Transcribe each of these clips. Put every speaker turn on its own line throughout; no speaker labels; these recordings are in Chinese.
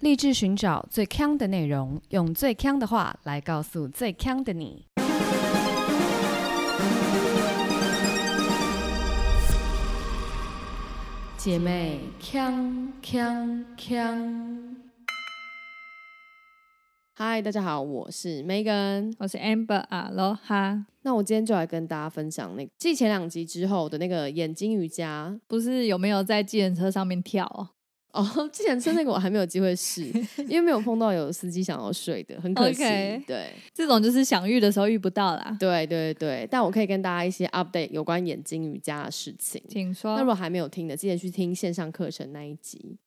立志寻找最强的内容，用最强的话来告诉最强的你。姐妹，强强强！
嗨，大家好，我是 Megan。
我是 Amber 啊，喽哈，
那我今天就来跟大家分享那个继前两集之后的那个眼睛瑜伽
不是有没有在计程车上面跳、哦？
哦。之前是那个我还没有机会试，因为没有碰到有司机想要睡的，很可惜。
OK
对
这种就是想遇的时候遇不到啦。
对对对，但我可以跟大家一些 update 有关眼睛瑜伽的事情。
请
那如
说，
果还没有听的，记得去听线上课程那一集。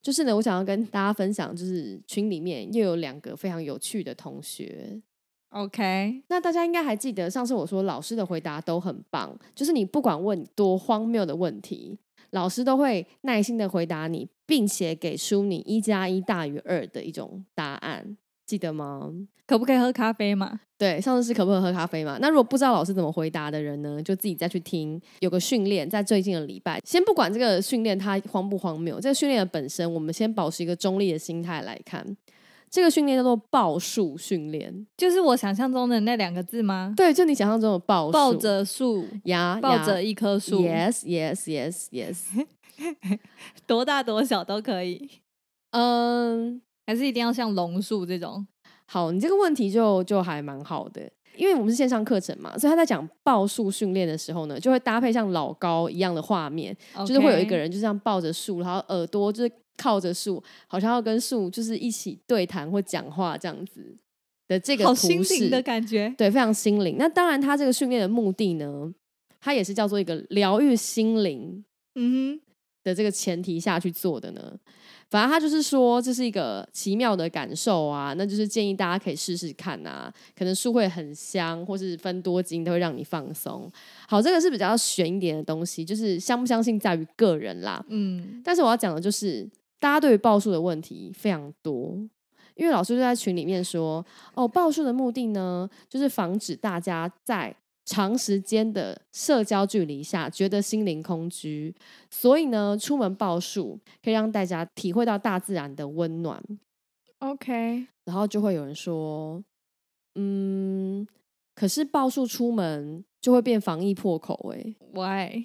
就是呢，我想要跟大家分享，就是群里面又有两个非常有趣的同学，
OK，
那大家应该还记得，上次我说老师的回答都很棒，就是你不管问多荒谬的问题，老师都会耐心的回答你，并且给出你一加一大于二的一种答案，记得吗？
可不可以喝咖啡嘛？
对，上次是可不可以喝咖啡嘛？那如果不知道老师怎么回答的人呢，就自己再去听。有个训练在最近的礼拜，先不管这个训练它荒不荒谬，这个训练的本身，我们先保持一个中立的心态来看。这个训练叫做报数训练，
就是我想象中的那两个字吗？
对，就你想象中的报数。
抱着树，
呀，
抱
呀
着一棵树
Yes, yes, yes, yes。
多大多小都可以，
嗯，
还是一定要像榕树这种？
好，你这个问题就就还蛮好的，因为我们是线上课程嘛，所以他在讲报数训练的时候呢，就会搭配像老高一样的画面就是会有一个
OK，
人就这样抱着树，然后耳朵就是靠着树，好像要跟树就是一起对谈或讲话这样子的这个
好
图
心灵
示
的感觉。
对，非常心灵。那当然，他这个训练的目的呢，他也是叫做一个疗愈心灵
嗯
的这个前提下去做的呢？反正他就是说，这是一个奇妙的感受啊，那就是建议大家可以试试看啊。可能树会很香，或是分多精都会让你放松。好，这个是比较悬一点的东西，就是相不相信在于个人啦
哼，。嗯，
但是我要讲的就是，大家对于报数的问题非常多，因为老师就在群里面说，哦，报数的目的呢，就是防止大家在长时间的社交距离下觉得心灵空虚，所以呢，出门报数可以让大家体会到大自然的温暖。
OK，
然后就会有人说，嗯，可是报数出门就会变防疫破口、欸，
喂，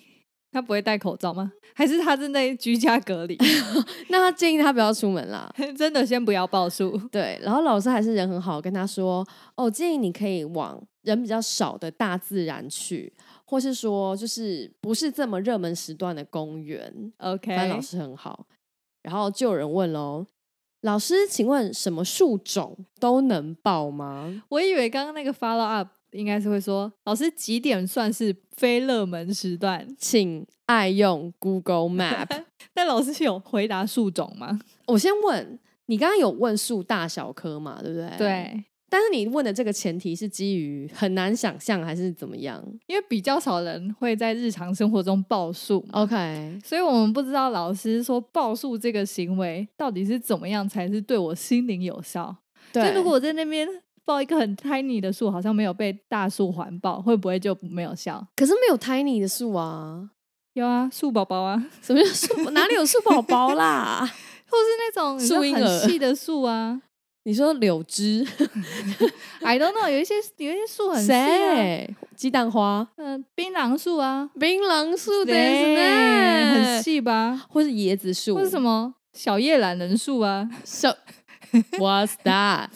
他不会戴口罩吗？还是他正在居家隔离？
那他建议他不要出门啦。
真的先不要抱树。
对，然后老师还是人很好，跟他说：“哦，建议你可以往人比较少的大自然去，或是说就是不是这么热门时段的公园。”
OK，
反正老师很好。然后就有人问喽：“老师，请问什么树种都能报吗
我以为刚刚那个 follow up 应该是会说，老师几点算是非热门时段？”？
请爱用 Google Map。
但老师有回答树种吗？
我先问你，刚刚有问树大小科嘛？对不对？。
对，
但是你问的这个前提是基于很难想象还是怎么样
因为比较少人会在日常生活中报数嘛，
？OK，
所以我们不知道老师说报数这个行为到底是怎么样才是对我心灵有效。
对。
就如果我在那边报一个很 tiny 的数，好像没有被大树环抱，会不会就没有效？
可是没有 tiny 的树啊，
有啊，树宝宝啊，或
什么叫树？哪里有树宝宝啦？
是那种你知道
树婴儿
很细的树 啊。
你说柳枝，
I don't know，有一些有一些树很细、啊，
谁？鸡蛋花、
嗯，槟榔树啊，
槟榔树的
对，很
呢，
细吧？
或是椰子树？
或是什
么？
么小叶懒人树啊？
小 What's that？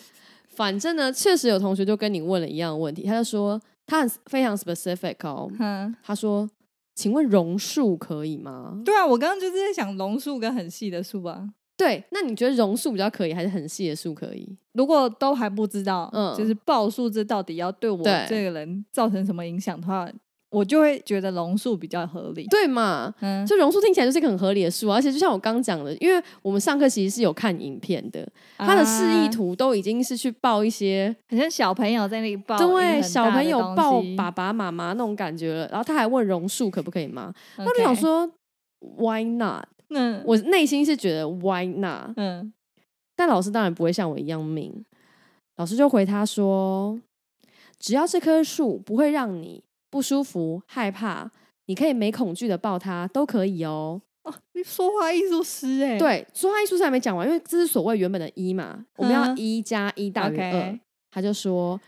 反正呢，确实有同学就跟你问了一样的问题，他就说他很非常 specific 哦，
嗯，
他说：“请问榕树可以吗
对啊，我刚刚就是在想榕树跟很细的树啊。？”
对，那你觉得榕树比较可以，还是很细的树可以？
如果都还不知道，
嗯
就是报数这到底要对我
对
这个人造成什么影响的话，我就会觉得榕树比较合理。
对嘛？
嗯，
就榕树听起来就是一个很合理的树啊，而且就像我刚讲的，因为我们上课其实是有看影片的，它的示意
啊，
图都已经是去抱一些、
很像小朋友在那里抱一个很大的
对
东西，
小朋友抱爸爸妈妈那种感觉了。然后他还问榕树可不可以吗？那
OK，
我就想说，Why not？
嗯，
我内心是觉得 Why not？
嗯，
但老师当然不会像我一样命，老师就回他说，只要这棵树不会让你不舒服、害怕，你可以没恐惧的抱它都可以哦。
哦，你说话艺术师哎、，
对，说话艺术是还没讲完，因为这是所谓原本的“一”嘛，我们要
嗯
一加一大于
OK
二。他就说，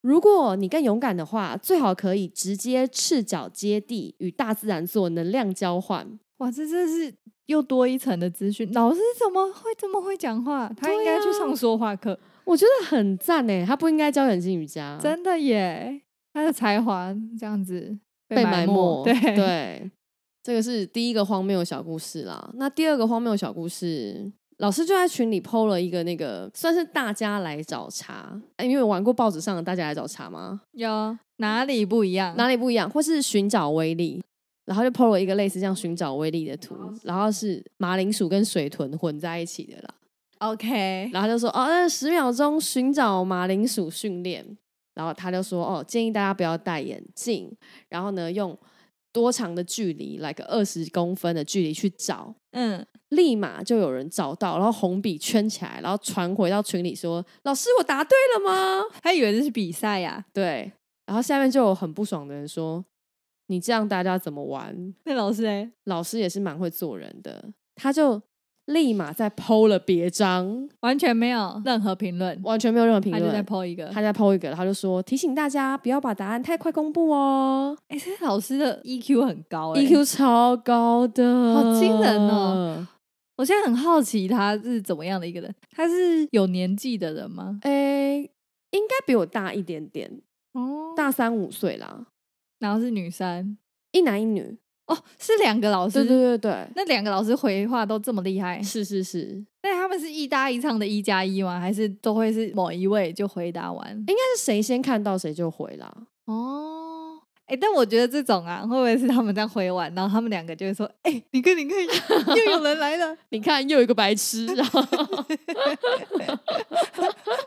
如果你更勇敢的话，最好可以直接赤脚接地，与大自然做能量交换。
哇，这真是又多一层的资讯。老师怎么会这么会讲话？他应该去
啊
上说话课，
我觉得很赞诶，他不应该教眼睛瑜伽，
真的耶！他的才华这样子
被埋
埋
没。
对
对，这个是第一个荒谬的小故事啦。那第二个荒谬的小故事，老师就在群里 PO 了一个那个，算是大家来找茬。哎，你有玩过报纸上的大家来找茬吗？
有哪里不一样？
哪里不一样？或是寻找威力，然后就 PO 了一个类似像寻找威力的图，然后是马铃薯跟水豚混在一起的啦。
OK，
然后他就说哦，那十秒钟寻找马铃薯训练。然后他就说哦，建议大家不要戴眼镜，然后呢用多长的距离，来个二十公分的距离去找，
嗯，
立马就有人找到，然后红笔圈起来，然后传回到群里说老师我答对了吗？
他以为这是比 赛呀、
对，然后下面就有很不爽的人说你这样大家怎么玩？
那老师哎，
老师也是蛮会做人的，他就立马再剖了别章，
完全没有任何评论，
完全没有任何评
他
论，
就再抛一个。
他在抛一个，然后就说提醒大家不要把答案太快公布哦、
哎、这老师的 EQ 很高、哎
e q 超高的，
好惊人哦！我现在很好奇他是怎么样的一个人，他是有年纪的人吗？
诶、应该比我大一点点，
哦
大三五岁啦，
然后是女生，
一男一女。
哦，是两个老师，
对对对对，
那两个老师回话都这么厉害，
哎是是是，
那他们是一搭一唱的一加一吗？还是都会是某一位就回答完？
应该是谁先看到谁就回啦。
哦，哎、但我觉得这种啊，会不会是他们这样回完，然后他们两个就会说：“哎、你看，你看，又有人来了，
你看，又有一个白 痴，然后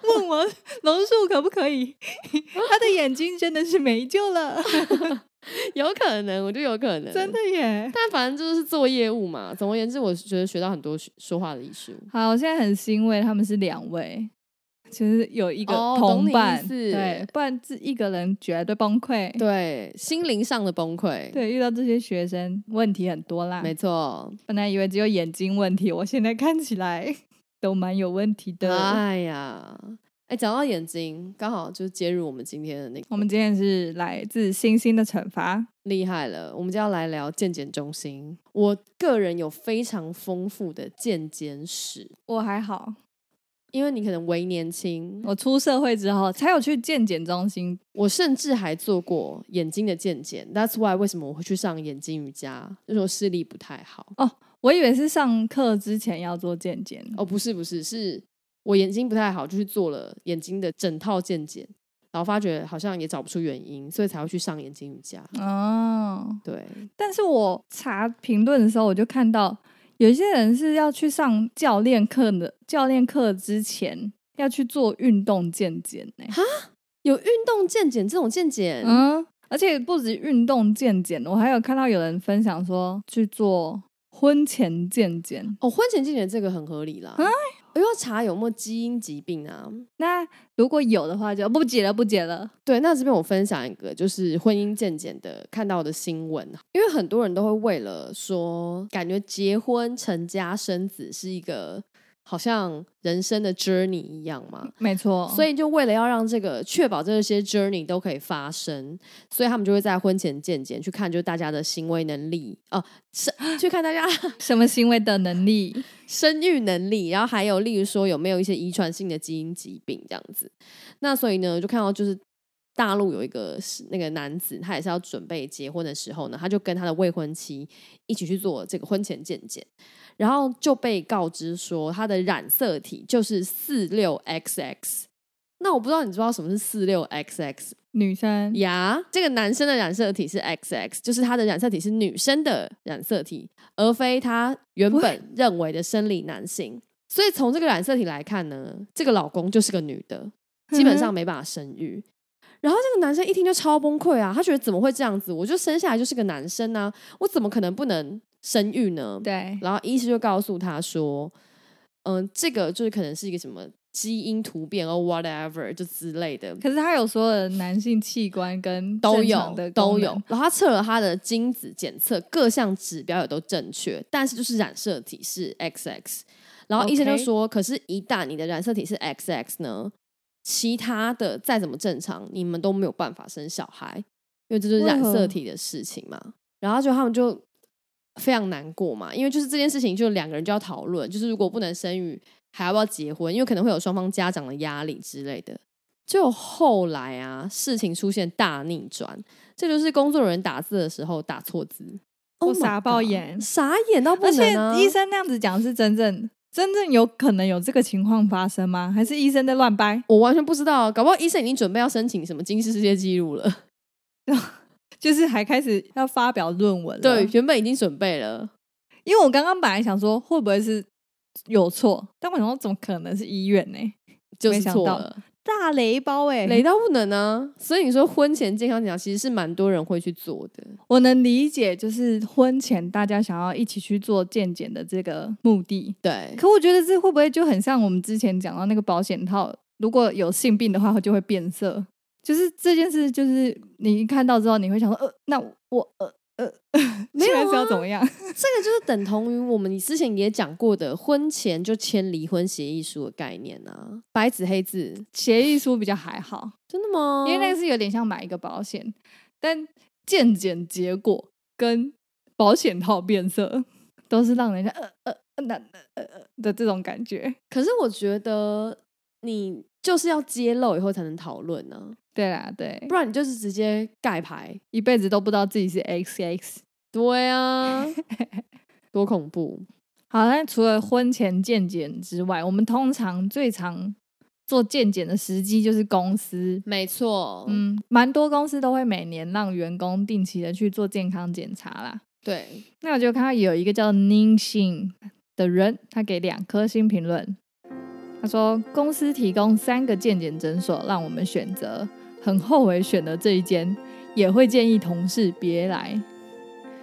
问我榕树可不可以？ 他的眼睛真的是没救了，
有可能，我就有可能，
真的。 耶。”
但反正就是做业务嘛。总而言之，我觉得学到很多学说话的艺术。
好，我现在很欣慰他们是两位，就是有一个
哦懂你
同
意
伴，
思
对，不然自一个人绝对崩溃。
对，心灵上的崩溃。，
对，啊遇到这些学生问题很多啦。
没错。
本来以为只有眼睛问题，我现在看起来 都蛮有问题的。
哎呀，哎，讲到眼睛，刚好就接入我们今天的那个
我们今天是来自星星的惩罚，
厉害了，我们就要来聊健检中心。我个人有非常丰富的健检史，
我还好，
因为你可能为年轻，我
我出社会之后才有去健检中心。
我甚至还做过眼睛的健检。That's why 为什么我会去上眼睛瑜伽，就是我视力不太好。
我以为是上课之前要做健检，
哦，不是不是，是我眼睛不太好，就去做了眼睛的整套健检，然后发觉好像也找不出原因，所以才会去上眼睛瑜伽。
哦，
对，
但是我查评论的时候，我就看到有一些人是要去上教练课的，教练课之前要去做运动健检呢、
有运动健检这种健检，
嗯，而且不止运动健检，我还有看到有人分享说去做婚前健检。
哦，婚前健检这个很合理啦。我要查有没有基因疾病啊？
那如果有的话就，哦不解了，不解了。
对，那这边我分享一个，就是婚姻健检的看到的新闻，啊因为很多人都会为了说，感觉结婚成家生子是一个好像人生的 journey 一样嘛，
没错，
所
以
以就为了要让这个确保这些 journey 都可以发生，所以他们就会在婚前健检去看，就是大家的行为能力哦、是去看大家
什么行为的能 力？
生育能力，然后还有例如说有没有一些遗传性的基因疾病这样子。那所以呢，就看到就是大陆有一个是那个男子，他也是要准备结婚的时候呢，他就跟他的未婚妻一起去做这个婚前健检，然后就被告知说他的染色体就是四六 XX。那我不知道你知不知道什么是四六 XX
女生
呀这个男生的染色体是 XX，就是他的染色体是女生的染色体，而非他原本认为的生理男性。所以从这个染色体来看呢，这个老公就是个女的，基本上没办法生育。然后这个男生一听就超崩溃啊，他觉得怎么会这样子？我就生下来就是个男生啊，我怎么可能不能生育呢？
对
呃然后医师就告诉他说，嗯、这个就是可能是一个什么基因突变哦 whatever 就之类的，
可是他有所有的男性器官跟
都
正
有
常的
都
功
有
能，。
然后他测了他的精子检测，各项指标也都正确，但是就是染色体是 XX。然后医生就
OK
说可是，一旦你的染色体是 XX 呢，其他的再怎么正常，你们都没有办法生小孩，因为这就是
为
染
何
色体的事情嘛。然后就他们就非常难过嘛，因为就是这件事情，就两个人就要讨论，就是如果不能生育，还要不要结婚？因为可能会有双方家长的压力之类的。就后来啊，事情出现大逆转，这就是工作人员打字的时候打错字，
或
Oh my
傻爆
God，
眼
傻眼到不
而且
能、啊。
医生那样子讲是真正真正有可能有这个情况发生吗？还是医生在乱掰？
我完全不知道，搞不好医生已经准备要申请什么金氏世界纪录了。
就是还开始要发表论文了？
对，原本已经准备了。
因为我刚刚本来想说会不会是有错，但我想说怎么可能是医院呢、
就是
没想
错
到
了，
大雷包哎、
雷到不能啊！所以你说婚前健康检查其实是蛮多人会去做的，
我能理解，就是婚前大家想要一起去做健检的这个目的，
对，
可我觉得这会不会就很像我们之前讲到那个保险套，如果有性病的话，它就会变色。就是这件事，就是你一看到之后，你会想说，呃，那我呃呃，
没有啊
现在是要怎么样？
这个就是等同于我们之前也讲过的婚前就签离婚协议书的概念啊，白纸黑字，
协议书比较还好，
真的吗？
因为那个是有点像买一个保险，但健检结果跟保险套变色都是让人家呃呃呃那呃呃呃的这种感觉。
可是我觉得你就是要揭露以后才能讨论呢，
对啦，对
不，然你就是直接盖牌。
一辈子都不知道自己是 X X。
对 啊，多恐怖！
好，那除了婚前健检之外，我们通常最常做健检的时机就是公司。
没错，嗯，
嗯，蛮多公司都会每年让员工定期的去做健康检查啦。
对，
那我就看到有一个叫宁信的人，他给两颗星评论。他说：“公司提供三个健检诊所让我们选择，很后悔选了这一间，也会建议同事别来。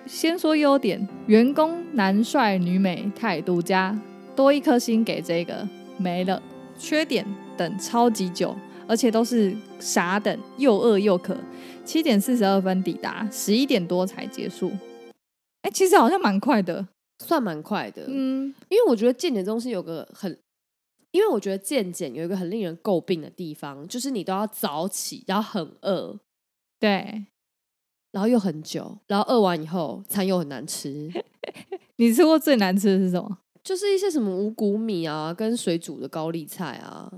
先说优点，员工男帅女美，态度佳，多一颗星给这个没了。缺点等超级久，而且都是傻等，又饿又渴。七点四十二分抵达，十一点多才结束。哎、其实好像蛮快的。
算蛮快的，
嗯，
因为我觉得健检这东西有个很，因为我觉得健检有一个很令人诟病的地方，就是你都要早起，然后很饿，
对。
然后又很久，然后饿完以后餐又很难吃，
你吃过最难吃的是什么？
就是一些什么五谷米啊，跟水煮的高丽菜啊，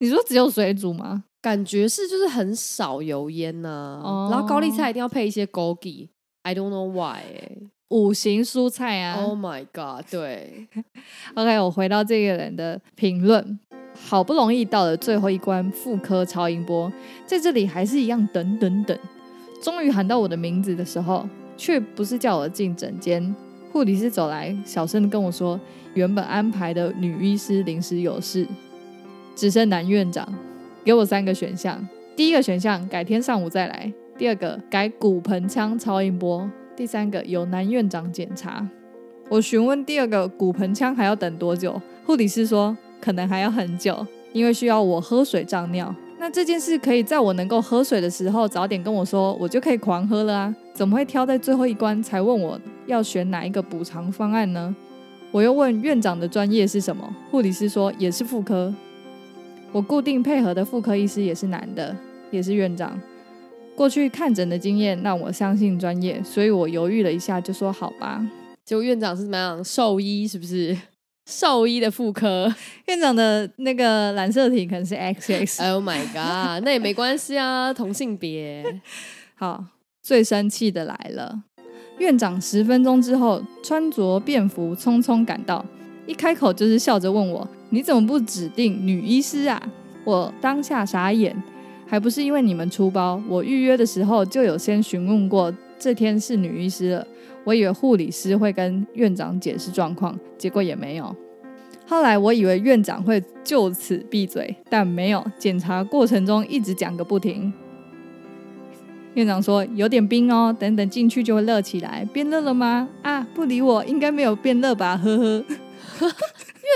你说只有水煮吗？
感觉是就是很少油烟呐、
哦
然后高丽菜一定要配一些枸杞，I don't know why 欸、
五行蔬菜啊。
Oh my god！对，
OK，我回到这个人的评论，好不容易到了最后一关妇科超音波，在这里还是一样等等等，终于喊到我的名字的时候，却不是叫我进诊间。护理师走来，小声的跟我说，原本安排的女医师临时有事，只剩男院长，给我三个选项。第一个选项改天上午再来，第二个改骨盆腔超音波，第三个由男院长检查。我询问第二个骨盆腔还要等多久，护理师说可能还要很久，因为需要我喝水胀尿。那这件事可以在我能够喝水的时候早点跟我说，我就可以狂喝了啊！怎么会挑在最后一关才问我要选哪一个补偿方案呢？我又问院长的专业是什么，护理师说也是妇科。我固定配合的妇科医师也是男的，也是院长。过去看诊的经验让我相信专业，所以我犹豫了一下，就说好吧。
结果院长是怎么样？兽医是不是？兽医的妇科
院长的那个染色体可能是 XX。
，Oh my god！那也没关系啊，同性别。
好，最生气的来了。院长十分钟之后穿着便服匆匆赶到，一开口就是笑着问我：“你怎么不指定女医师啊？”我当下傻眼，还不是因为你们出包？我预约的时候就有先询问过这天是女医师了，我以为护理师会跟院长解释状况，结果也没有。后来我以为院长会就此闭嘴，但没有。检查过程中一直讲个不停，院长说有点冰哦，等等进去就会热 起来。变热了吗？啊，不理我，应该没有变热吧，呵呵。
院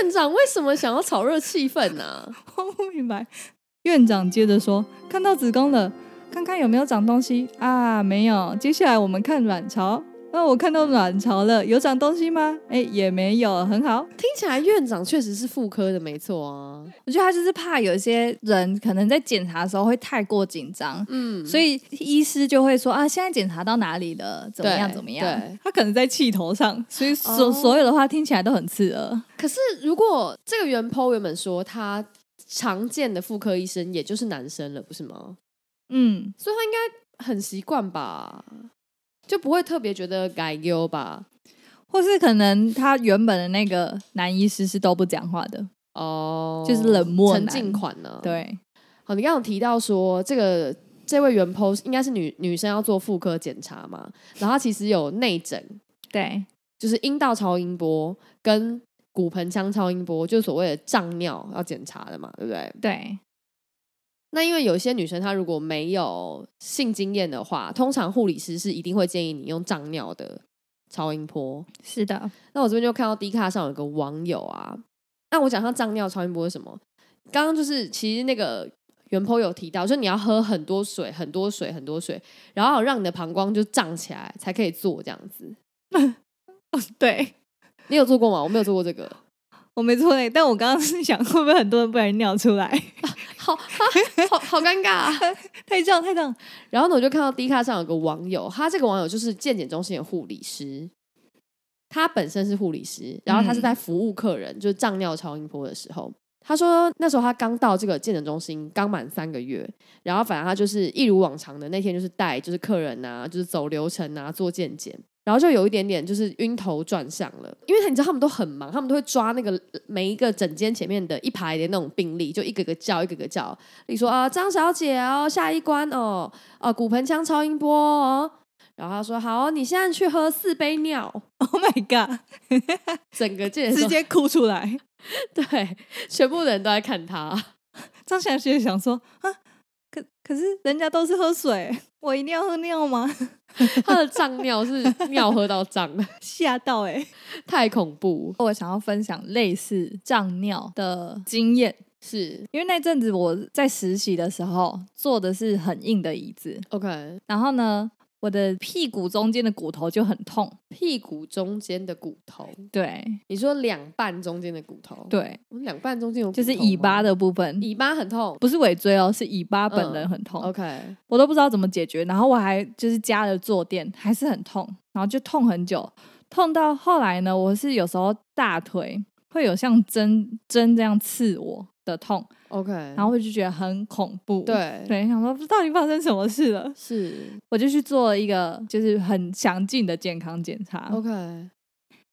院长为什么想要炒热气氛啊呢、
我不明白。院长接着说：“看到子宫了，看看有没有长东西啊？没有。接下来我们看卵巢。那、我看到卵巢了，有长东西吗？哎，也没有，很好。
听起来院长确实是妇科的，没错啊。
我觉得他就是怕有一些人可能在检查的时候会太过紧张，
嗯
所
以
以医师就会说啊，现在检查到哪里了？怎么样？
对
怎么样
对？
他可能在气头上，所以所、
哦
所有的话听起来都很刺耳。
可是如果这个原 PO 原本说他常见的妇科医生也就是男生了，不是吗？
嗯，
所以他应该很习惯吧，就不会特别觉得改优吧？
或是可能他原本的那个男医师是都不讲话的，
哦，
就是冷漠
沉
男
浸款呢、，
对。
好，你刚刚有提到说这个这位原 PO 应该是女女生要做妇科检查嘛，然后她其实有内诊，
对，
就是阴道超音波跟骨盆腔超音波，就是所谓的胀尿要检查的嘛，对不对？
对，
那因为有一些女生她如果没有性经验的话，通常护理师是一定会建议你用胀尿的超音波。
是的，
那我这边就看到 D 卡上有个网友啊，那我讲他胀尿超音波是什么？刚刚就是其实那个原 po 有提到，就是你要喝很多水，很多水，很多水，然后让你的膀胱就胀起来才可以做这样子。
对
你有做过吗？我没有做过这个。
我没错欸但我刚刚是想，会不会很多人不小心尿出来？
好啊，好好尴尬、啊。
太胀太胀，
然后呢，我就看到 D 卡上有个网友，他这个网友就是健检中心的护理师，他本身是护理师，然后他是在服务客人，就是胀尿超音波的时候。他说那时候他刚到这个健检中心，刚满三个月，然后反正他就是一如往常的那天就是带就是客人啊，就是走流程啊，做健检，然后就有一点点就是晕头转向了，因为你知道他们都很忙，他们都会抓那个呃每一个诊间前面的一排的那种病例，就一个个叫一个个叫，例如说啊张小姐哦，下一关哦，哦，骨盆腔超音波哦。然后他说：“好、你现在去喝四杯尿。
，Oh my god，”
整个健
直
身
接哭出来。
对，全部的人都在看他。
张小姐想说啊，可可是人家都是喝水，我一定要喝尿吗？
他的胀尿 是尿喝到胀的，
吓到哎、
太恐怖。
我想要分享类似胀尿的经验，
是
因为那阵子我在实习的时候坐的是很硬的椅子，
OK，
然后呢，我的屁股中间的骨头就很痛。
屁股中间的骨头，
对
你说两半中间的骨头，，
对，
我们两半中间有骨
就是
头
尾巴
吗，
的部分，
尾巴很痛。
不是尾椎哦，是尾巴本人很痛，
嗯 OK，
我都不知道怎么解决。然后我还就是加了坐垫，还是很痛，然后就痛很久，痛到后来呢，我是有时候大腿会有像针针这样刺我的痛，
OK，
然后我就觉得很恐怖。
对
对，想说到底发生什么事了？
是
我就去做一个就是很详尽的健康检查
OK，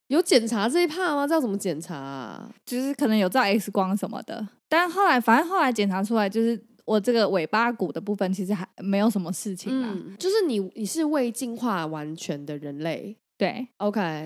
有检查这一趴吗？知道怎么检查啊？
就是可能有照 X 光什么的，但后来反正后来检查出来，就是我这个尾巴骨的部分其实还没有什么事情啦。
嗯，就是你你是未进化完全的人类。
对，
OK，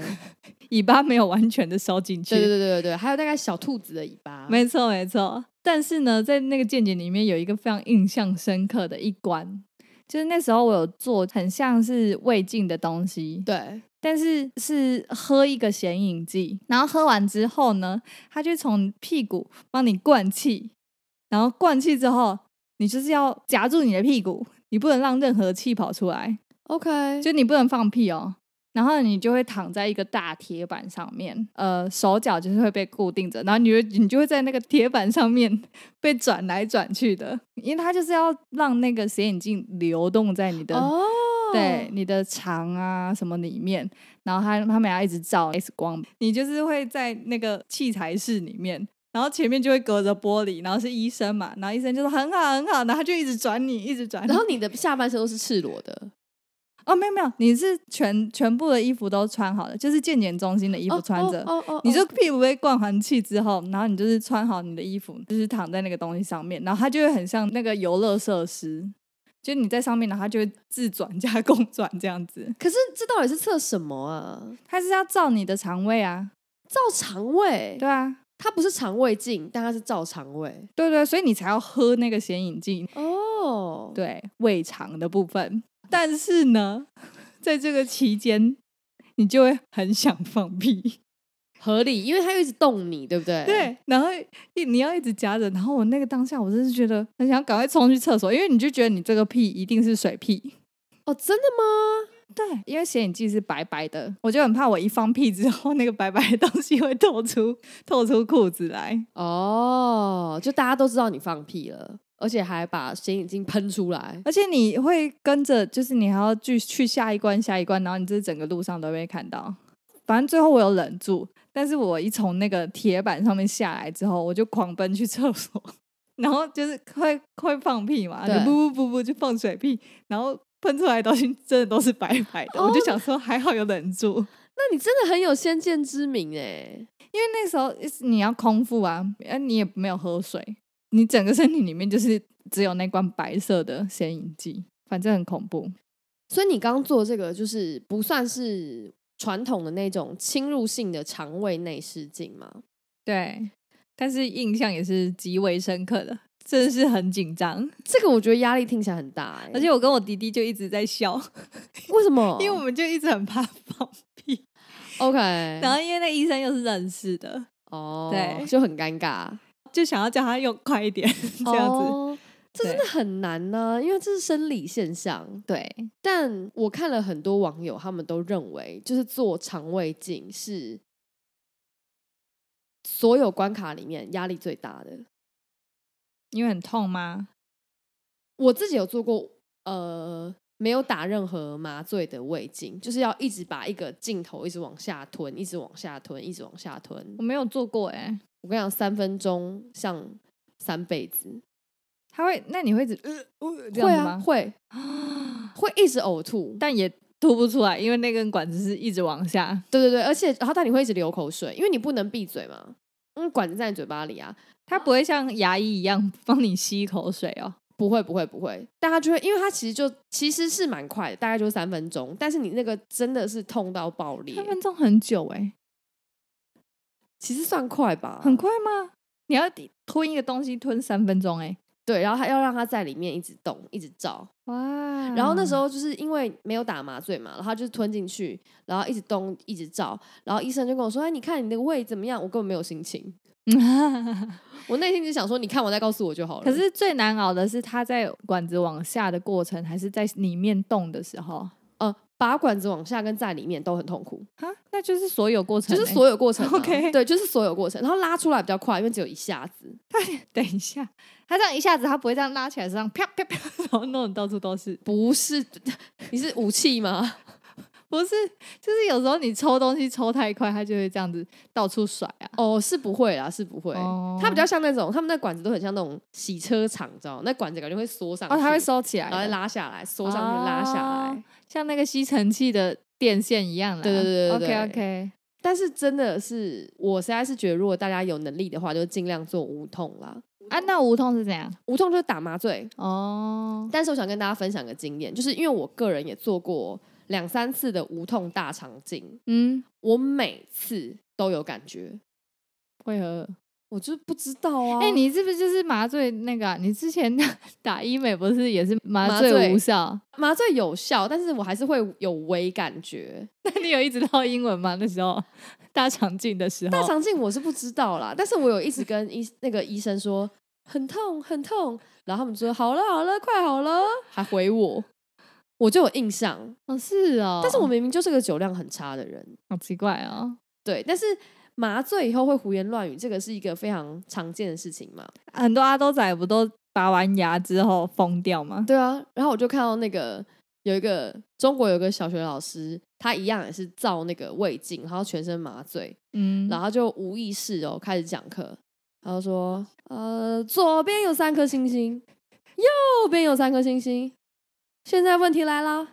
尾巴没有完全的收进去，
对对对对对，还有大概小兔子的尾巴，
没错没错。但是呢，在那个见解里面有一个非常印象深刻的一关，就是那时候我有做很像是胃镜的东西，
对，
但是是喝一个显影剂，然后喝完之后呢，它就从屁股帮你灌气，然后灌气之后，你就是要夹住你的屁股，你不能让任何气跑出来，
OK，
就你不能放屁哦。然后你就会躺在一个大铁板上面，呃，手脚就是会被固定着，然后你就你就会在那个铁板上面被转来转去的，因为它就是要让那个显影镜流动在你的
哦，
对，你的肠啊什么里面，然后他他们要一直照 X 光，你就是会在那个器材室里面，然后前面就会隔着玻璃，然后是医生嘛，然后医生就说很好很好，然后他就一直转你，一直转你
然。后你的下半身都是赤裸的，
哦，没有没有，你是全全部的衣服都穿好了，就是健检中心的衣
衣
服穿着。
哦哦，哦
你就屁股被灌完气之后，然后你就是穿好你的衣服，就是躺在那个东西上面，然后它就会很像那个游乐设施，就你在上面，然后它就会自转 加共转这样子。
可是这到底是测什么啊？
它是要照你的肠胃啊，
照肠胃，
对啊，
它不是肠胃镜，但它是照肠胃
对对，所以你才要喝那个显影剂，
哦。
对胃肠的部分。但是呢，在这个期间，你就会很想放屁，
合理，因为他又一直动你，对不对？，
对，然后一你要一直夹着，然后我那个当下，我真是觉得很想赶快冲去厕所，因为你就觉得你这个屁一定是水屁。
哦，真的吗？
对，因为显影剂是白白的，我就很怕我一放屁之后，那个白白的东西会透出透出裤子来。
哦，就大家都知道你放屁了，而且还把显影镜喷出来。
而且你会跟着，就是你还要去去下一关下一关，然后你这整个路上都会被看到。反正最后我有忍住，但是我一从那个铁板上面下来之后，我就狂奔去厕所，然后就是会会放屁嘛，就
对
不不不不就放水屁，然后喷出来的东西真的都是白白的，我就想说还好有忍住，因
那你真的很有先见之明哎。
为那时候你要空腹啊，呃你也没有喝水，你整个身体里面就是只有那罐白色的显影剂，反正很恐怖。
所以你刚做这个就是不算是传统的那种侵入性的肠胃内视镜吗？
对，但是印象也是极为深刻的，真的是很紧张。
这个我觉得压力听起来很大哎、
而且我跟我弟弟就一直在笑，
哦为什么？
因为我们就一直很怕放屁。
OK，
然后因为那医生又是认识的，
哦，
对
就很尴尬，
就想要叫他用快一点 这样子。
哦这真的很难呢、因为这是生理现象。
对，
但我看了很多网友，他们都认为，就是做肠胃镜是所有关卡里面压力最大的。
因为很痛吗？
我自己有做过，呃，没有打任何麻醉的胃镜，就是要一直把一个镜头一直往下吞，一直往下吞，一直往下吞。
我没有做过哎、
我跟你讲，三分钟像三辈子，
他会，那你会一直呃呃这样
会
子
啊，
吗？
会 会一直呕吐，
但也吐不出来，因为那根管子是一直往下，
对对对，而且然后但你会一直流口水，因为你不能闭嘴嘛，嗯，管子在你嘴巴里啊，
它不会像牙医一样帮你吸口水哦。
不会不会不会，但它就会，因为它其实就其实是蛮快的，大概就三分钟，但是你那个真的是痛到爆裂
三，分钟很久哎、
其实算快吧，
很快吗？你要吞一个东西吞三分钟哎、
对，然后它要让它在里面一直动，一直照，
哇！
然后那时
候
候就是因为没有打麻醉嘛，然后他就吞进去，然后一直动，一直照，然后医生就跟我说，哎，你看你的胃怎么样？我根本没有心情，我内心就想说，你看完再告诉我就好了，
可是最难熬的是它在管子往下的过程，还是在里面动的时候
呃，拔管子往下跟在里面都很痛苦。
啊？那就是所有过程、欸
就是所有过程、啊。
OK
对，就是所有过程。然后拉出来比较快，因为只有一下子。
等一下，它这样一下子，它不会这样拉起来，这样啪啪啪， 然后弄得到处都是。
不是，你是武器吗？
不是，就是有时候你抽东西抽太快，它就会这样子到处甩啊。
哦，是不会啦，是不会。
哦
它比较像那种，他们那管子都很像那种洗车场，你知道吗？那管子感觉会缩上去，
哦，它会，收起来
然后
的，
再拉下来，缩上去，拉下
哦
来。
像那个吸尘器的电线一样啦。
对对对对对
OK OK，
但是真的是，我实在是觉得，如果大家有能力的话，就尽量做无痛啦。
啊，那无痛是怎样？
无痛就是打麻醉，
哦，
但是我想跟大家分享个经验，就是因为我个人也做过两三次的无痛大肠镜，
嗯，
我每次都有感觉，
为何？
我就是不知道啊。
哎、你是不是就是麻醉那个啊、你之前 打医美不是也是麻
麻
醉
醉
无效？
麻醉有效，但是我还是会有微感觉。
那你有一直唠英文吗？那时候大肠镜的时候，
大肠镜我是不知道啦，但是我有一直跟医那个医生说很痛很痛，然后他们说好了好了快好了，还回我，我就有印象。
哦是哦，
但是我明明就是个酒量很差的人，
好奇怪哦
对，但是。麻醉以后会胡言乱语，这个是一个非常常见的事情嘛？
很多阿兜仔不都拔完牙之后疯掉吗？
对啊，然后我就看到那个有一个中国有个小学老师，他一样也是照那个胃镜，然后全身麻醉，
嗯，
然
后
后就无意识哦开始讲课，然后说呃左边有三颗星星，右边有三颗星星，现在问题来啦，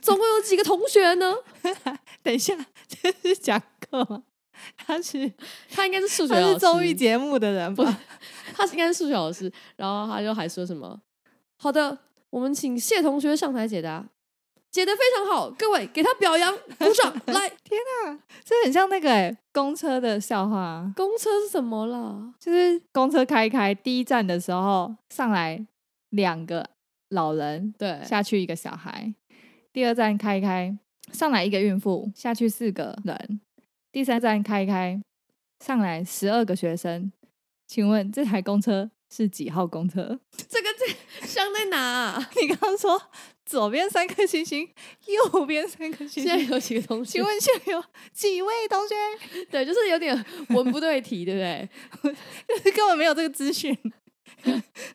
总共有几个同学呢？
等一下， 这是讲课吗？他是
他应该是数学
他
老
是
师，
综艺节目的人吧？
他是应该是数学老师，然后他就还说什么：“好的，我们请谢同学上台解答，解得非常好，各位给他表扬，鼓掌！ 来，
这很像那个、欸、公车的笑话啊、
公车是什么啦？
就是公车开一开第一站的时候上来两个老人，
对，
下去一个小孩。第二站开一开，上来一个孕妇，下去四个人。第三站开一开，上来十二个学生，请问这台公车是几号公车？
这个这香在哪、啊？
你刚刚说左边三颗星星，右边三颗 星
现在
星，
有几个同学
请？问现在有几位同学？
对，就是有点文不对题，对不对？
根本没有这个 资讯，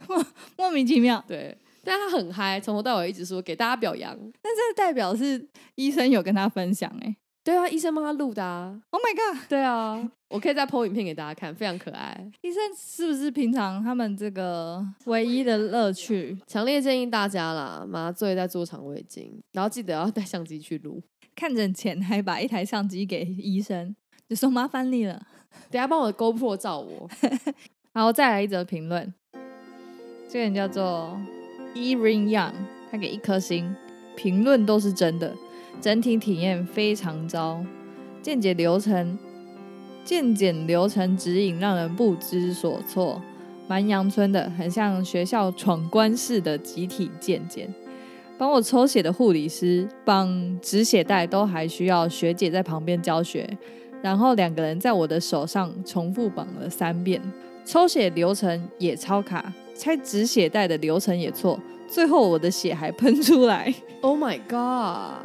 莫莫名其妙。
对，但他很嗨，从头到尾一直说给大家表扬。
这代表是医生有跟他分享哎、
对啊，医生帮他录的啊。
Oh my god！
对啊，我可以再 PO 影片给大家看，非常可爱。
医生是不是平常他们这个唯一的乐趣？
强烈建议大家啦，麻醉再做肠胃镜，然后记得要带相机去录。
看诊前还把一台相机给医生，就说麻烦你了。
等一下帮我 GoPro 照我。
然后再来一则评论，这个人叫做 Erin Young，他给一颗星，评论都是真的，整体体验非常糟，见解流程见检流程指引让人不知所措，蛮阳春的，很像学校闯关式的集体见检。帮我抽血的护理师绑止血带都还需要学姐在旁边教学，然后两个人在我的手上重复绑了三遍。抽血流程也超卡，拆止血带的流程也错，最后我的血还喷出来。
Oh my god！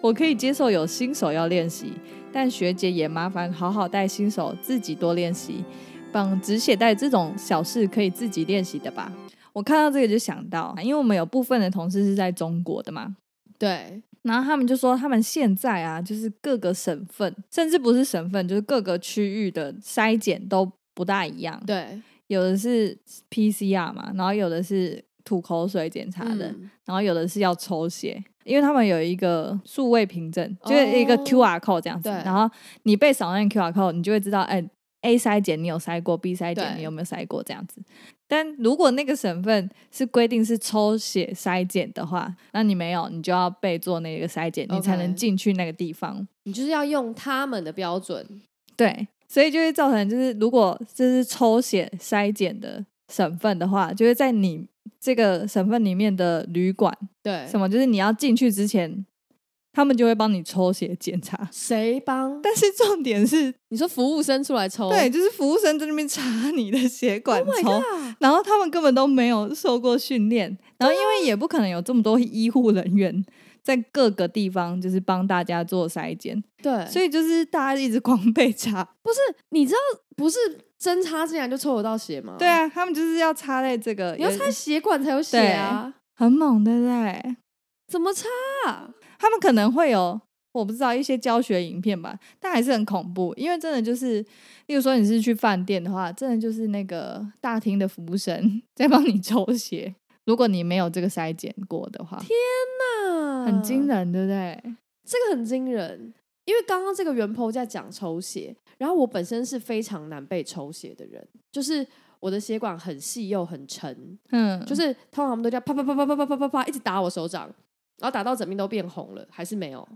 我可以接受有新手要练习，但学姐也麻烦好好带新手自己多练习。绑止血带这种小事可以自己练习的吧？我看到这个就想到，因为我们有部分的同事是在中国的嘛，
对，
然后他们就说，他们现在啊，就是各个省份，甚至不是省份，就是各个区域的筛检都不大一样。
对，
有的是 PCR 嘛，然后有的是吐口水检查的，
嗯
然后有的是要抽血，因为他们有一个数位凭证，就是一个
哦
QR code 这样子。
对
然后你被扫那个 QR code，你就会知道，哎、a 筛检你有筛过，B 筛检
对
你有没有筛过这样子。但如果那个省份是规定是抽血筛检的话，那你没有，你就要被做那个筛检，你才
OK
能进去那个地方。
你就是要用他们的标准。
对，所以就会造成就是，如果这是抽血筛检的省份的话，就会在你这个省份里面的旅馆，
对，
什么就是你要进去之前，他们就会帮你抽血检查。
谁帮？
但是重点是，
你说服务生出来抽？
对，就是服务生在那边 查你的血管
哦 Oh my
抽
god！
然后他们根本都没有受过训练，然后因
啊
为也不可能有这么多医护人员在各个地方就是帮大家做筛检，
对，
所以就是大家一直 狂被查。
不是，你知道不是针插进来就抽得到血吗？
对，啊，他们就是要插在这个，
嗯你要
有
插血管才有血啊，
很猛，对不对？
怎么插啊？
他们可能会有我不知道一些教学影片吧，但还是很恐怖，因为真的就是，例如说你是去饭店的话，真的就是那个大厅的服务生在帮你抽血，如果你没有这个筛检过的话，
那
很惊，人，对不对？
这个很惊人。因为刚刚这个袁鹏在讲抽血，然后我本身是非常难被抽血的人，就是我的血管很细又很沉，
嗯，
就是通常他们都叫啪啪啪啪啪啪啪啪啪一直打我手掌，然后打到整面都变红了，还是没有。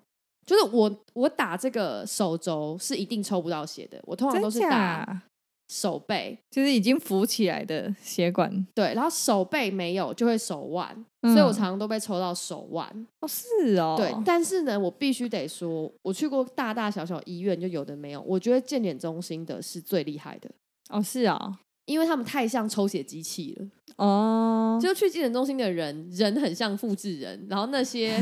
就是我我打这个手肘是一定抽不到血的，我通常都是
真
打
假，
手背，
就是已经浮起来的血管，
对，然后手背没有就会手腕，
嗯
所以我常常都被抽到手腕。
哦是哦，
对，但是呢，我必须得说，我去过大大小小医院，就有的没有。我觉得健检中心的是最厉害的，
哦是哦，
因为他们太像抽血机器了。
哦，
就去健检中心的人，人很像复制人，然后那些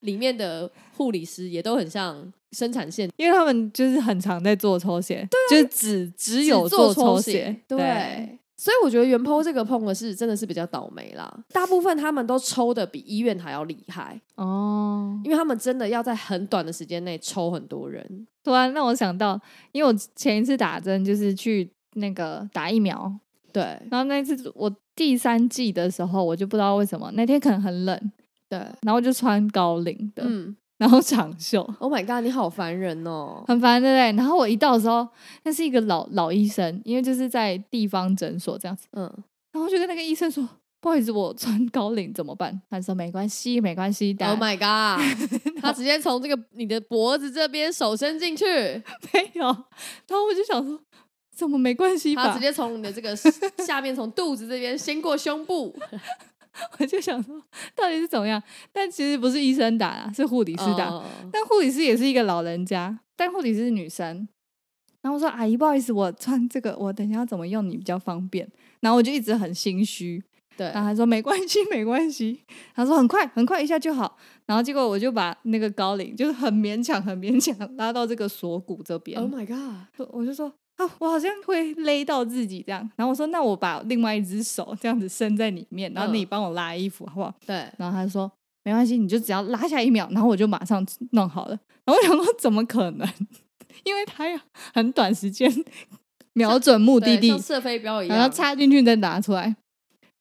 里面的护理师也都很像生产线，
因为他们就是很常在做抽血，就是只只有
只做
抽
血
血，，
对。所以我觉得原 PO 这个碰的是真的是比较倒霉啦，大部分他们都抽的比医院还要厉害，
哦，
因为他们真的要在很短的时间内抽很多人。
突然让我想到，因为我前一次打针就是去那个打疫苗，
对
然后那一次我第三季的时候，我就不知道为什么那天可能很冷，
对，
然后就穿高领的，
嗯
然后长袖，
，Oh my god，你好烦人哦。
很烦，对不对？然后我一到的时候，那是一个老老医生，因为就是在地方诊所这样子，
嗯，
然后就跟那个医生说。不好意思，我穿高领怎么办？他说没关系，没关系的。
Oh my god！他直接从这个你的脖子这边手伸进去，
没有。然后我就想说，怎么没关系
他
吧
直？接从你的这 个下面从肚子这边先过胸部，
我就想说，到底是怎么样？但其实不是医生打啦，是护理师打。
哦
但护理师也是一个老人家，但护理师是女生。然后我说：“阿姨，不好意思，我穿这个，我等一下要怎么用你比较方便？”然后我就一直很心虚，
对，
然后他说没关系， 没关系。他说很快，很快一下就好。然后结果我就把那个高领，就是很勉强，很勉强拉到这个锁骨这边。
Oh my god！
我我就说啊，我好像会勒到自己这样。然后我说那我把另外一只手这样子伸在里面，然后
嗯
你帮我拉衣服好不好？
对，
然后他说没关系，你就只要拉下一秒，然后我就马上弄好了。然后我想说怎么可能？ 因为他要很短时间瞄准目的
对
地
像，射飞镖一
然后
样，
插进去再拿出来。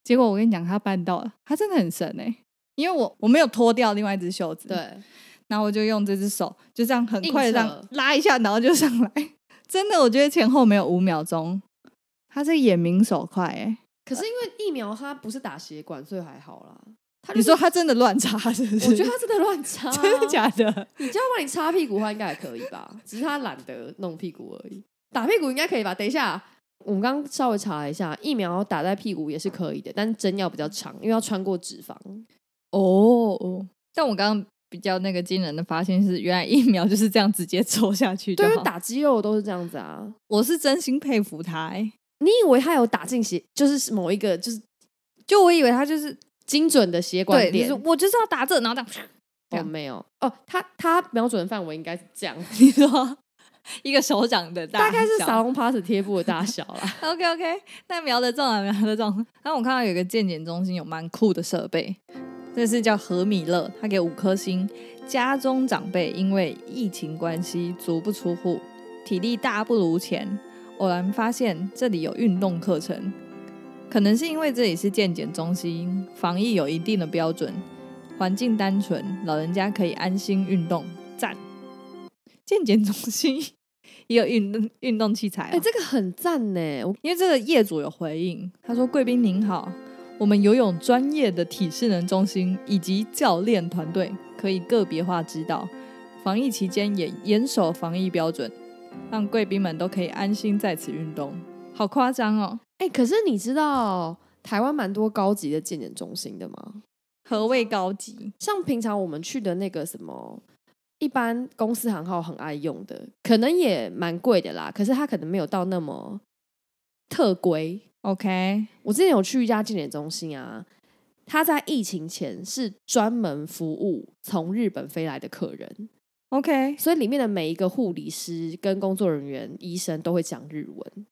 结果我跟你讲，他办到了，他真的很神哎、因为我我没有脱掉另外一只袖子，，
对，
然后我就用这只手就这样很快的这
硬
样
扯
拉一下，然后就上来。真的，我觉得前后没有五秒钟，他是眼明手快哎、
可是因为疫苗它不是打血管，所以还好啦。他
你
就
说他真的乱插是不是？
我觉得他真的乱插、啊，
真的假的？
你叫他帮你擦屁股的话，应该也可以吧？只是他懒得弄屁股而已。打屁股应该可以吧？等一下，我们刚刚稍微查了一下，疫苗打在屁股也是可以的，但是针要比较长，因为要穿过脂肪。
哦，但我刚刚比较那个惊人的发现是，原来疫苗就是这样直接抽下去就
对，因
好
为打肌肉都是这样子啊。
我是真心佩服他哎、
你以为他有打进血，就是某一个就是
就我以为他就是
精准的血
对，
管点
就是？我就是要打这，然后这样。
哦，
这样
没有哦，他他瞄准的范围应该是这样，
你说一个手掌的大
大概是
小
沙龙 pass 贴布的大小啦。
OK OK，那瞄得中啊，瞄得中。然后我看到有一个健检中心有蛮酷的设备，这是叫何米勒，他给五颗星。家中长辈因为疫情关系足不出户，体力大不如前，偶然发现这里有运动课程，可能是因为这里是健检中心，防疫有一定的标准，环境单纯，老人家可以安心运动，赞。健检中心也有运动运动器材、哦，
哎、这个很赞呢，我
因为这个业主有回应，他说：“贵宾您好，我们游泳专业的体适能中心以及教练团队可以个别化指导，防疫期间也严守防疫标准，让贵宾们都可以安心在此运动。”好夸张哦！
哎、可是你知道台湾蛮多高级的健检中心的吗？
何谓高级？
像平常我们去的那个什么，一般公司行号很爱用的，可能也蛮贵的啦。可是它可能没有到那么特规。
？OK，
我之前有去一家健检中心啊，他在疫情前是专门服务从日本飞来的客人，
OK，
所以里面的每一个护理师跟工作人员、医生都会讲日文。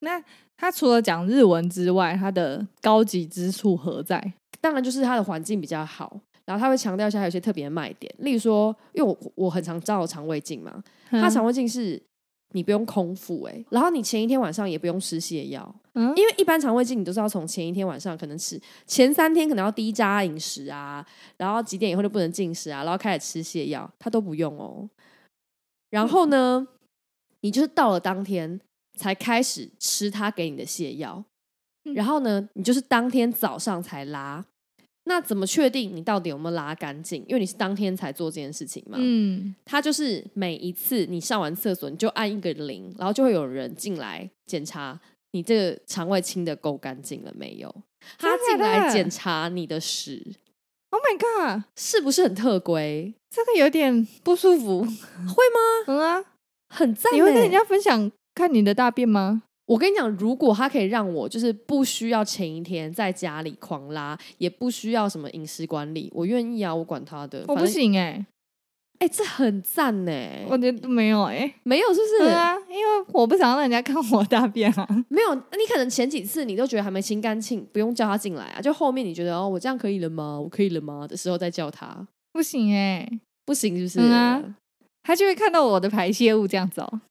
他除了讲日文之外，他的高级之处何在？
当然就是它的环境比较好，然后他会强调一下它有些特别的卖点，例如说，因为我我很常照肠胃镜嘛，
嗯
它肠胃镜是你不用空腹哎、欸然后你前一天晚上也不用吃泻药，
嗯
因为一般肠胃镜你都是要从前一天晚上可能吃，前三天可能要低渣饮食啊，然后几点以后就不能进食啊，然后开始吃泻药，它都不用哦。然后呢，你就是到了当天才开始吃它给你的泻药，
嗯
然后呢，你就是当天早上才拉。那怎么确定你到底有没有拉干净？因为你是当天才做这件事情嘛。
嗯，
它就是每一次你上完厕所，你就按一个铃，然后就会有人进来检查你这个肠胃清的够干净了没有。他
真
进
的假的
来检查你的屎
Oh my god，
是不是很特规，
这个有点不舒服，
会吗？
嗯啊。
很赞、欸。
你会跟人家分享看你的大便吗？
我跟你讲，如果他可以让我就是不需要前一天在家里狂拉，也不需要什么饮食管理，我愿意啊，我管他的。
我不
反正，
行哎、
哎、这很赞呢、
我觉得没有哎、
没有，是不
对
是？
啊，因为我不想让人家看我大便啊。
没有，你可能前几次你都觉得还没清干净，不用叫他进来啊。就后面你觉得哦，我这样可以了吗？我可以了吗？的时候再叫他，
不行哎、
不行是不是？
嗯啊他就会看到我的排泄物这样子哦，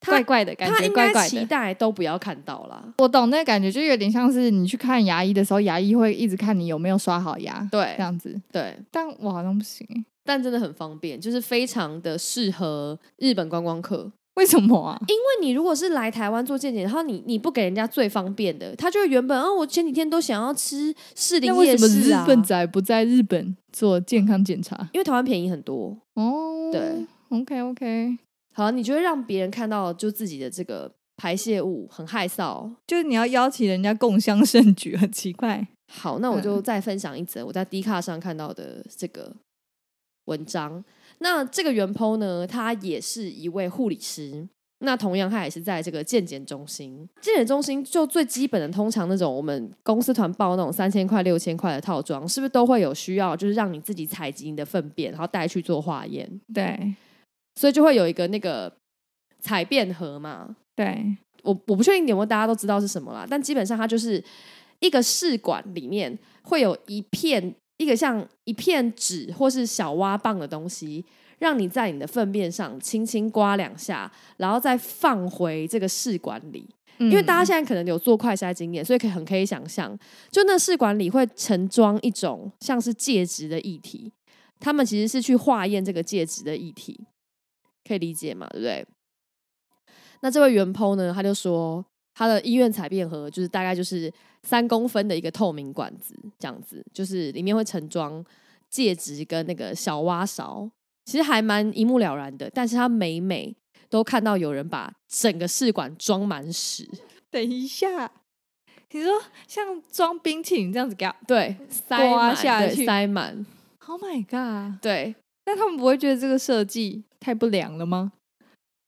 他
怪怪的感
他
觉，
应
怪
该
怪
期
的。
待都不要看到啦。
我懂那个感觉，就有点像是你去看牙医的时候，牙医会一直看你有没有刷好牙，这
对
样子。
对，
但我好像不行、欸，
但真的很方便，就是非常的适合日本观光客。
为什么啊？
因为你如果是来台湾做健检，然后你你不给人家最方便的，他就会原本啊，我前几天都想要吃士林
那
夜
为什么
市
日
啊，
本仔不在日本做健康检查？
因为台湾便宜很多。
哦，
对
，OK OK，
好，你觉得让别人看到就自己的这个排泄物很害臊，
就是你要邀请人家共襄盛举，很奇怪。
好，那我
嗯
就再分享一则我在 D 卡上看到的这个文章。那这个原 PO 呢，他也是一位护理师。那同样，他也是在这个健检中心。健检中心就最基本的，通常那种我们公司团报那种三千块、六千块的套装，是不是都会有需要，就是让你自己采集你的粪便，然后带去做化验？
对
所以就会有一个那个采便盒嘛。
对，
我我不确定有没有大家都知道是什么啦，但基本上它就是一个试管里面会有一片一个像一片纸或是小挖棒的东西，让你在你的粪便上轻轻刮两下，然后再放回这个试管里。
因
因为大家现在可能有做快筛经验，所以可以很可以想象，就那试管里会盛装一种像是介质的液体，他们其实是去化验这个介质的液体，可以理解嘛？对不对？那这位原 PO 呢，他就说他的医院采便盒就是大概就是三公分的一个透明管子，这样子，就是里面会盛装介质跟那个小挖勺，其实还蛮一目了然的，但是他每每都看到有人把整个试管装满屎，
等一下，你说像装冰淇淋这样子给它
对，塞
刮
满
下
对
去
塞满，
，Oh my god！
对，
那他们不会觉得这个设计太不良了吗？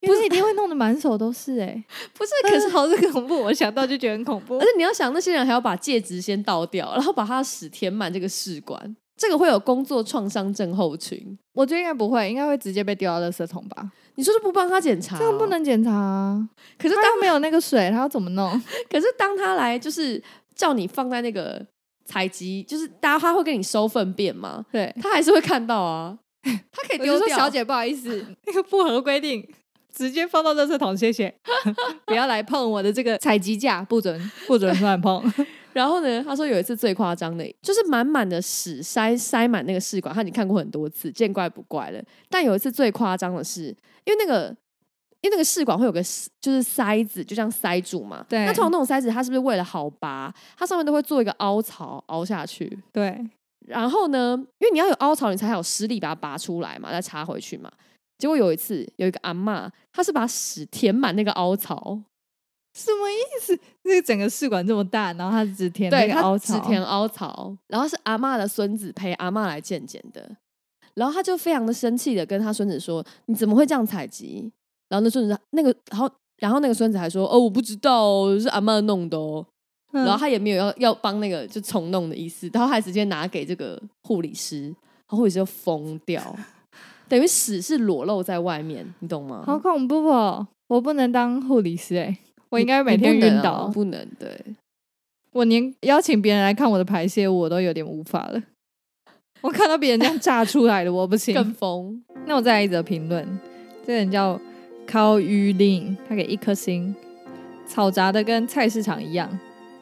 不是，一定会弄得满手都是哎、
不是，
可
可 是。
是好是恐怖，我想到就觉得很恐怖
而。且你要想，那些人还要把介质先倒掉，然后把他的屎填满这个试管，这个会有工作创伤症候群。
我觉得应该不会，应该会直接被丢到垃圾桶吧？
你说是不帮他检查、哦
这个不。能检查啊！
可是
他
当
又没有那个水，他要怎么弄？
可是当他来就是叫你放在那个采集，就是大家他会跟你收粪便吗？
对，
他还是会看到 啊，他可以
我就
丢
说
掉。啊
小，姐，不好意思， 那个不合规定，直接放到垃圾桶，谢谢， 不要来碰我的这个采集架，不准不准乱碰。
然后呢？他说有一次最夸张的，就是满满的屎塞塞满那个试管，他已经看过很多次，见怪不怪了。但有一次最夸张的是，因为那个因为那个试管会有个就是塞子，就这样塞住嘛。
对
那通常那种塞子，它是不是为了好拔，它上面都会做一个凹槽凹下去？
对，
然后呢，因为你要有凹槽，你才有实力把它拔出来嘛，再插回去嘛。结果有一次有一个阿嬷，她是把屎填满那个凹槽，
什么意思？那个整个试管这么大，然后他只填那
对，
个
她
凹
只
槽，
填凹槽，然后是阿嬷的孙子陪阿嬷来见检的，然后她就非常的生气的跟她孙子说：“你怎么会这样采集？”然后那孙子那个，然后然后那个孙子还说：“哦，我不知道、哦，是阿嬷弄的哦。”
嗯
然后他也没有要要帮那个就重弄的意思，然后他还直接拿给这个护理师，然后护理师就疯 掉，等于屎是裸露在外面，你懂吗？
好恐怖哦！我不能当护理师哎、我
你
应该每
你
天
不能
晕
啊
倒。
不能对。
我连邀请别人来看我的排泄物，我都有点无法了。我看到别人这样炸出来的，我不 行。
更疯，
那我再来一则评论，这人叫高玉令，他给一颗星。吵杂的跟菜市场一样，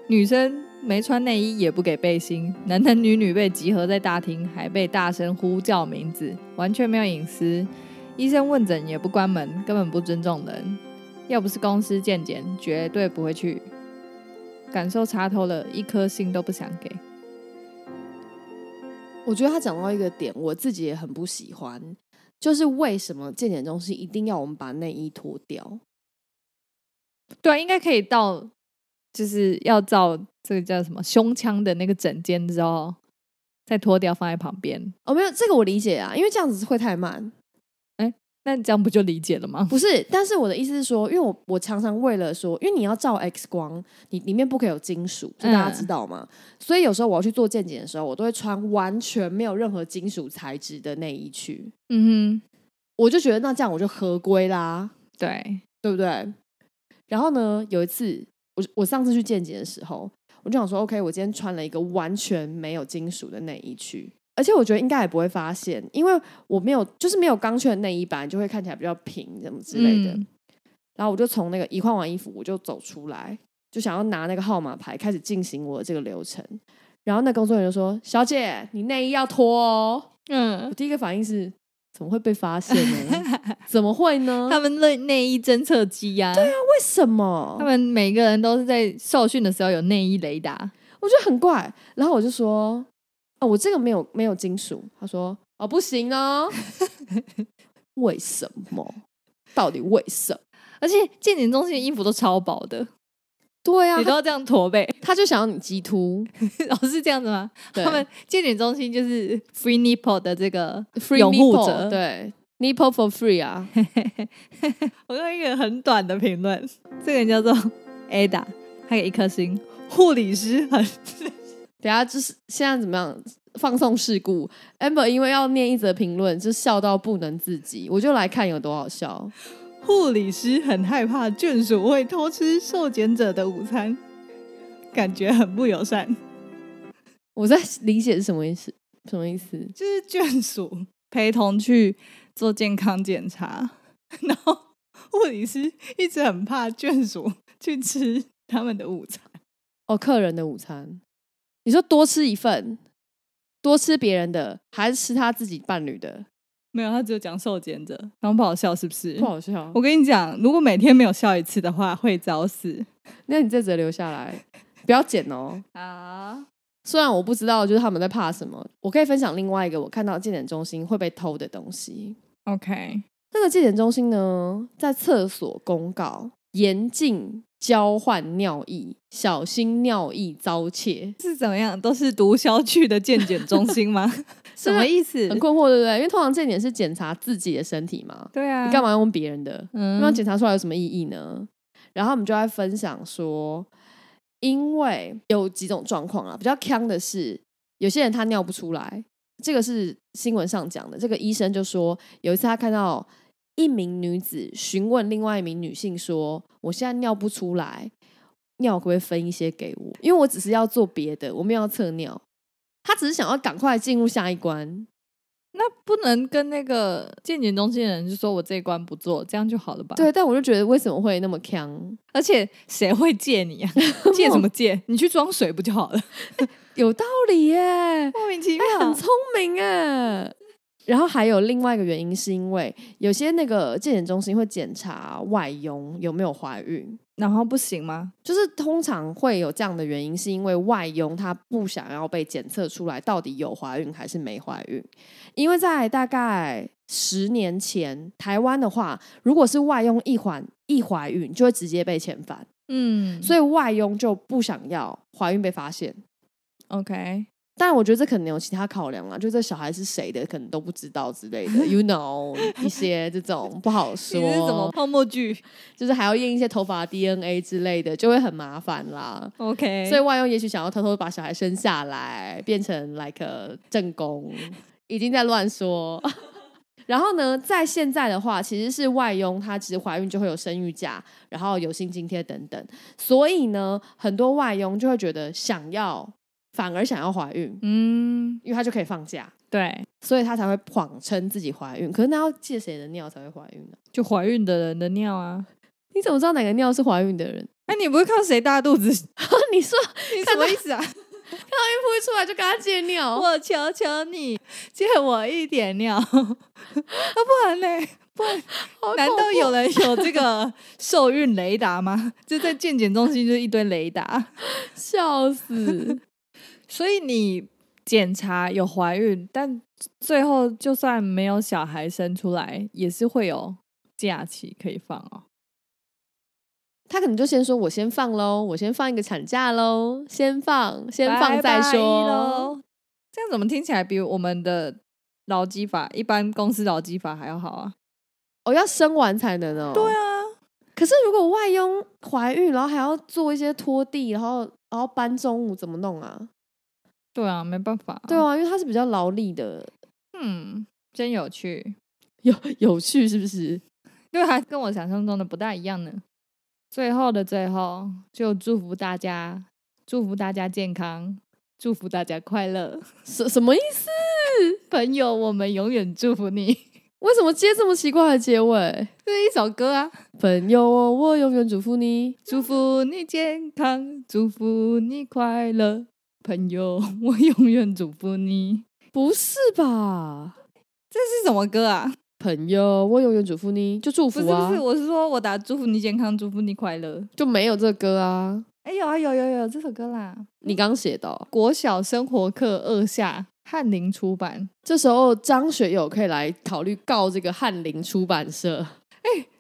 女生没穿内衣也不给背心，男男女女被集合在大厅，还被大声呼叫名字，完全没有隐私。医生问诊也不关门，根本不尊重人。要不是公司健检，绝对不会去。感受查透了，一颗星都不想给。
我觉得他讲到一个点，我自己也很不喜欢，就是为什么健检中心一定要我们把内衣脱掉？
对啊，应该可以到，就是要照这个叫什么胸腔的那个枕间之后，再脱掉放在旁边。
哦，没有这个我理解啊，因为这样子会太慢。
那这样不就理解了吗？
不是，但是我的意思是说，因为我我常常为了说，因为你要照 X 光，你里面不可以有金属，这大家知道吗？所以有时候我要去做健检的时候，我都会穿完全没有任何金属材质的内衣去，
嗯
我就觉得那这样我就合规啦。
哼， 对，
对不对？然后呢，有一次我我上次去健检的时候，我就想说，OK，我今天穿了一个完全没有金属的内衣去，而且我觉得应该也不会发现，因为我没有就是没有钢圈的内衣，本来就会看起来比较平，什么之类的。
嗯
然后我就从那个一换完衣服，我就走出来，就想要拿那个号码牌开始进行我的这个流程。然后那工作人员就说：“小姐，你内衣要脱哦。”我
嗯，
第一个反应是：怎么会被发现 呢？怎么会呢？
嗯他们内内衣侦测机呀、对啊，
为什么
他？们每个人都是在受训的时候有内衣雷达。
我觉得很怪。然后我就说，哦，我这个没有没有金属。他说，哦，不行 哦，为什么？到底为什么？
而且健检中心的衣服都超薄的，
对啊
你，都要这样驼背，
他就想要你鸡突，
老是这样子吗？
对
他们健检中心就是 Free Nipple 的这个
free
拥护
nipple，
者，
对 nipple for free 啊，
我用一个很短的评论，这个人叫做 Ada，他给一颗星。护理师很
等下就是现在怎么样放送事故？amber 因为要念一则评论，就笑到不能自己，我就来看有多好笑。
护理师很害怕眷属会偷吃受检者的午餐，感觉很不友善。
我在理解是什么意思？什么意思？
就是眷属陪同去做健康检查，然后护理师一直很怕眷属去吃他们的午餐。
哦，客人的午餐，你说多吃一份，多吃别人的，还是吃他自己伴侣的？
没有，他只有讲受检者，然后不好笑是不是？
不好笑
我。跟你讲，如果每天没有笑一次的话，会早死
那你这则留下来，不要剪哦。
啊！
虽然我不知道就是他们在怕什么，我可以分享另外一个我看到健检中心会被偷的东西。
OK，
那个戒检中心呢，在厕所公告严禁交换尿液，小心尿液遭窃。
是怎么样？都是毒枭去的健检中心 吗？什么意思？
很困惑，对不对？因为通常健检是检查自己的身体嘛，
对啊，
你干？嘛用别人的？
嗯
那检查出来有什么意义呢？然后我们就在分享说，因为有几种状况啊，比较坑的是，有些人他尿不出来，这个是新闻上讲的。这个医生就说，有一次他看到一名女子询问另外一名女性说：“我现在尿不出来，尿可不可以分一些给我？因为我只是要做别的，我没有要测尿。”他只是想要赶快进入下一关，
那不能跟那个健检中心的人就说我这一关不做，这样就好了吧？
对，，但我就觉得为什么会那么坑？
而且谁会借你 啊？借什么借？ 你去装水不就好了？
有道理耶，
莫名其
哎、很聪明哎。然后还有另外一个原因，是因为有些那个健检中心会检查外佣有没有怀孕，
然后不行吗？
就是通常会有这样的原因，是因为外佣她不想要被检测出来到底有怀孕还是没怀孕，因为在大概十年前，台湾的话，如果是外佣一怀一怀孕，就会直接被遣返，
嗯，
所
以
以外佣就不想要怀孕被发现。
OK，
但我觉得这可能有其他考量啊啦，就这小孩是谁的，可能都不知道之类 的，you know，一些这种不好
你是什么
说，
泡沫 剧
就是还要验一些头发 DNA 之类的，就会很麻烦啦。
？OK，
所以外佣也许想要偷偷把小孩生下来，变成 like a 正宫，已经在乱说。 然后呢，在现在的话，其实是外佣她其实怀孕就会有生育假，然后有薪津贴等等，所以呢，很多外佣就会觉得想要，反而想要怀孕，
嗯，
因为她就可以放假，
对，
所以她才会谎称自己怀孕。可是那要借谁的尿才会怀孕呢、
就怀孕的人的尿啊。
你怎么知道哪个尿是怀孕的人？ 啊
哎、你不会看谁大肚子？ 你
你说
什么意思啊？
孕妇一哎出来就跟她借尿，
我求求你，借我一点尿，啊， 不然嘞，
好
难
恐
道
怖
有人有这个受孕雷达吗？ 就在健检中心就是一堆雷达，
笑 死？
所以你检查有怀孕，但最后就算没有小孩生出来，也是会有假期可以放哦。
她可能就先说：“我先放喽，我先放一个产假喽，先放，先放再
拜拜
说。
咯这样怎么听起来比我们的劳基法一般公司劳基法还要好啊？
哦，要生完才能哦。
对啊，
可是如果外佣怀孕，然后还要做一些拖地，然后然后搬重物，怎么弄啊？
对啊，没办法。
对，啊，因为她是比较劳力的，
嗯，真有趣。
有有趣是不是？
对啊， 跟我想象中的不大一样呢。最后的最后，就祝福大家，祝福大家健康，祝福大家快乐。
什什么意思？”
朋友，我们永远祝福你。
为什么接这么奇怪的结尾？
这是一首歌啊，
朋友哦，我永远嘱咐你。
祝福你健康，祝福你快乐。朋友，我永远祝福你。
不是吧？
这是什么歌啊？
朋友，我永远嘱咐你，就祝
不是
福啊，
不是，我是说我打祝福你健康，祝福你快乐。
就没有这个歌啊。
哎、有啊有有有这首歌啦，
你刚写的哦、
国小生活课二下，翰林出版。
这时候张学友可以来考虑告这个翰林出版社。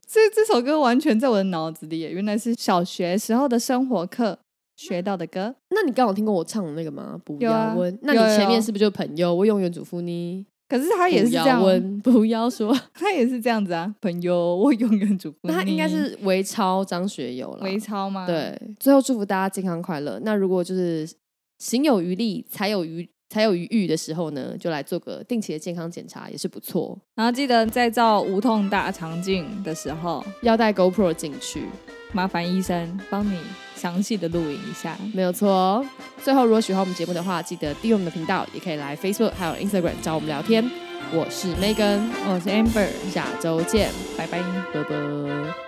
这这首歌完全在我的脑子里耶，原来是小学时候的生活课学到的歌。
那你刚好听过我唱的那个吗？不
有啊
要问。那
有有
你前
有
面是不是就朋友？我永远嘱咐你。
可是他也是这样
不要，问，不要说，
他也是这样子啊，朋友，我永远主顾
那他应该
你
是微超张学友了。
微超吗？，
对，最后祝福大家健康快乐。那如果就是行有余力，才有余才有余裕的时候呢，就来做个定期的健康检查也是不错。
然后记得在照无痛大肠镜的时候，
要带 GoPro 进去，
麻烦医生帮你详细的录影一下。
没有错哦。最后，如果喜欢我们节目的话，记得订阅我们的频道，也可以来 Facebook 还有 Instagram 找我们聊天。我是 Megan，
我是 Amber，
下周见，
拜拜。
拜拜。